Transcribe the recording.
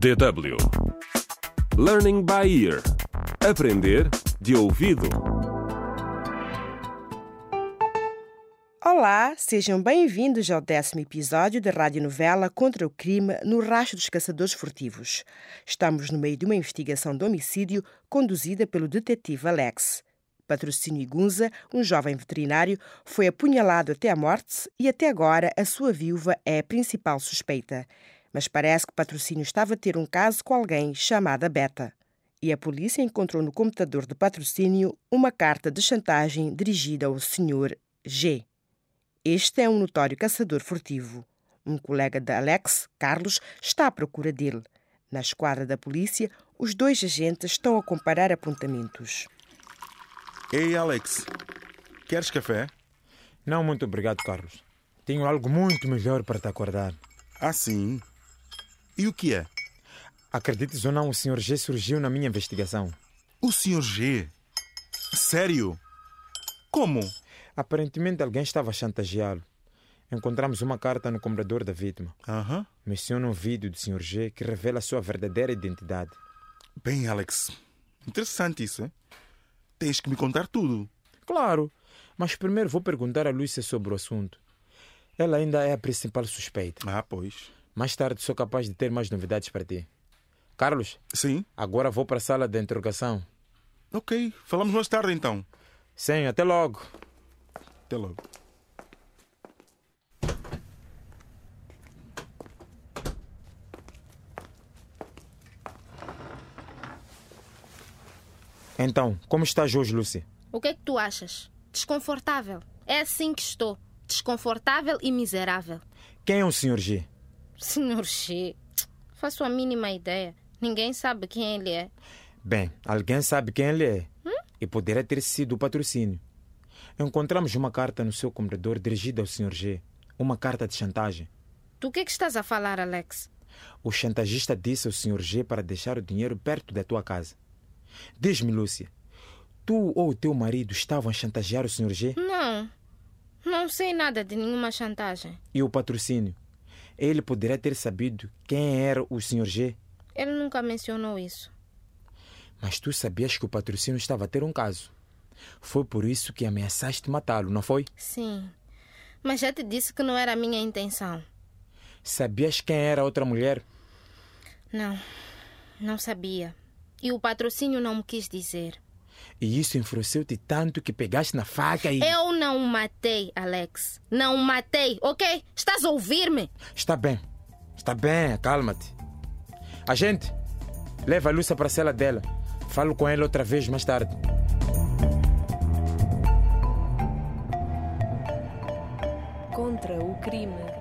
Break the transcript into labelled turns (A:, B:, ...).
A: DW Learning by Ear Aprender de ouvido
B: Olá, sejam bem-vindos ao décimo episódio da radionovela Contra o Crime no Rastro dos Caçadores Furtivos. Estamos no meio de uma investigação de homicídio conduzida pelo detetive Alex. Patrocínio Igunza, um jovem veterinário, foi apunhalado até a morte e até agora a sua viúva é a principal suspeita. Mas parece que Patrocínio estava a ter um caso com alguém chamada Beta. E a polícia encontrou no computador de Patrocínio uma carta de chantagem dirigida ao Sr. G. Este é um notório caçador furtivo. Um colega de Alex, Carlos, está à procura dele. Na esquadra da polícia, os dois agentes estão a comparar apontamentos.
C: Ei, Alex, queres café?
D: Não, muito obrigado, Carlos. Tenho algo muito melhor para te acordar.
C: Ah, sim. E o que é?
D: Acredites ou não, o Sr. G surgiu na minha investigação.
C: O Sr. G. Sério? Como?
D: Aparentemente alguém estava a chantageá-lo. Encontramos uma carta no comprador da vítima.
C: Aham.
D: Menciona um vídeo do Sr. G que revela a sua verdadeira identidade.
C: Bem, Alex, interessante isso, hein? Tens que me contar tudo.
D: Claro, mas primeiro vou perguntar a Lúcia sobre o assunto. Ela ainda é a principal suspeita.
C: Ah, pois.
D: Mais tarde sou capaz de ter mais novidades para ti. Carlos,
C: Sim.
D: agora vou para a sala de interrogação.
C: Ok, falamos mais tarde então.
D: Sim, até logo.
C: Até logo.
D: Então, como estás hoje, Lúcia?
E: O que é que tu achas? Desconfortável. É assim que estou. Desconfortável e miserável.
D: Quem é o Sr. G?
E: Senhor G, faço a mínima ideia. Ninguém sabe quem ele é.
D: Bem, alguém sabe quem ele é e poderá ter sido o patrocínio. Encontramos uma carta no seu computador dirigida ao Sr. G. Uma carta de chantagem.
E: Do que é que estás a falar, Alex?
D: O chantagista disse ao Sr. G para deixar o dinheiro perto da tua casa. Diz-me, Lúcia, tu ou o teu marido estavam a chantagear o Sr. G
E: Hum? Não. Não sei nada de nenhuma chantagem.
D: e o patrocínio? Ele poderá ter sabido quem era o Sr. G,
E: Ele nunca mencionou isso.
D: mas tu sabias que o patrocínio estava a ter um caso. Foi por isso que ameaçaste matá-lo, não foi?
E: Sim. Mas já te disse que não era a minha intenção.
D: Sabias quem era a outra mulher?
E: Não. Não sabia. E o patrocínio não me quis dizer.
D: E isso enfureceu-te tanto que pegaste na faca e.
E: Eu não o matei, Alex. Não o matei, ok? Estás a ouvir-me?
D: Está bem, está bem, acalma-te. A gente, leva a Lúcia para a cela dela. Falo com ela outra vez mais tarde.
F: Contra o crime.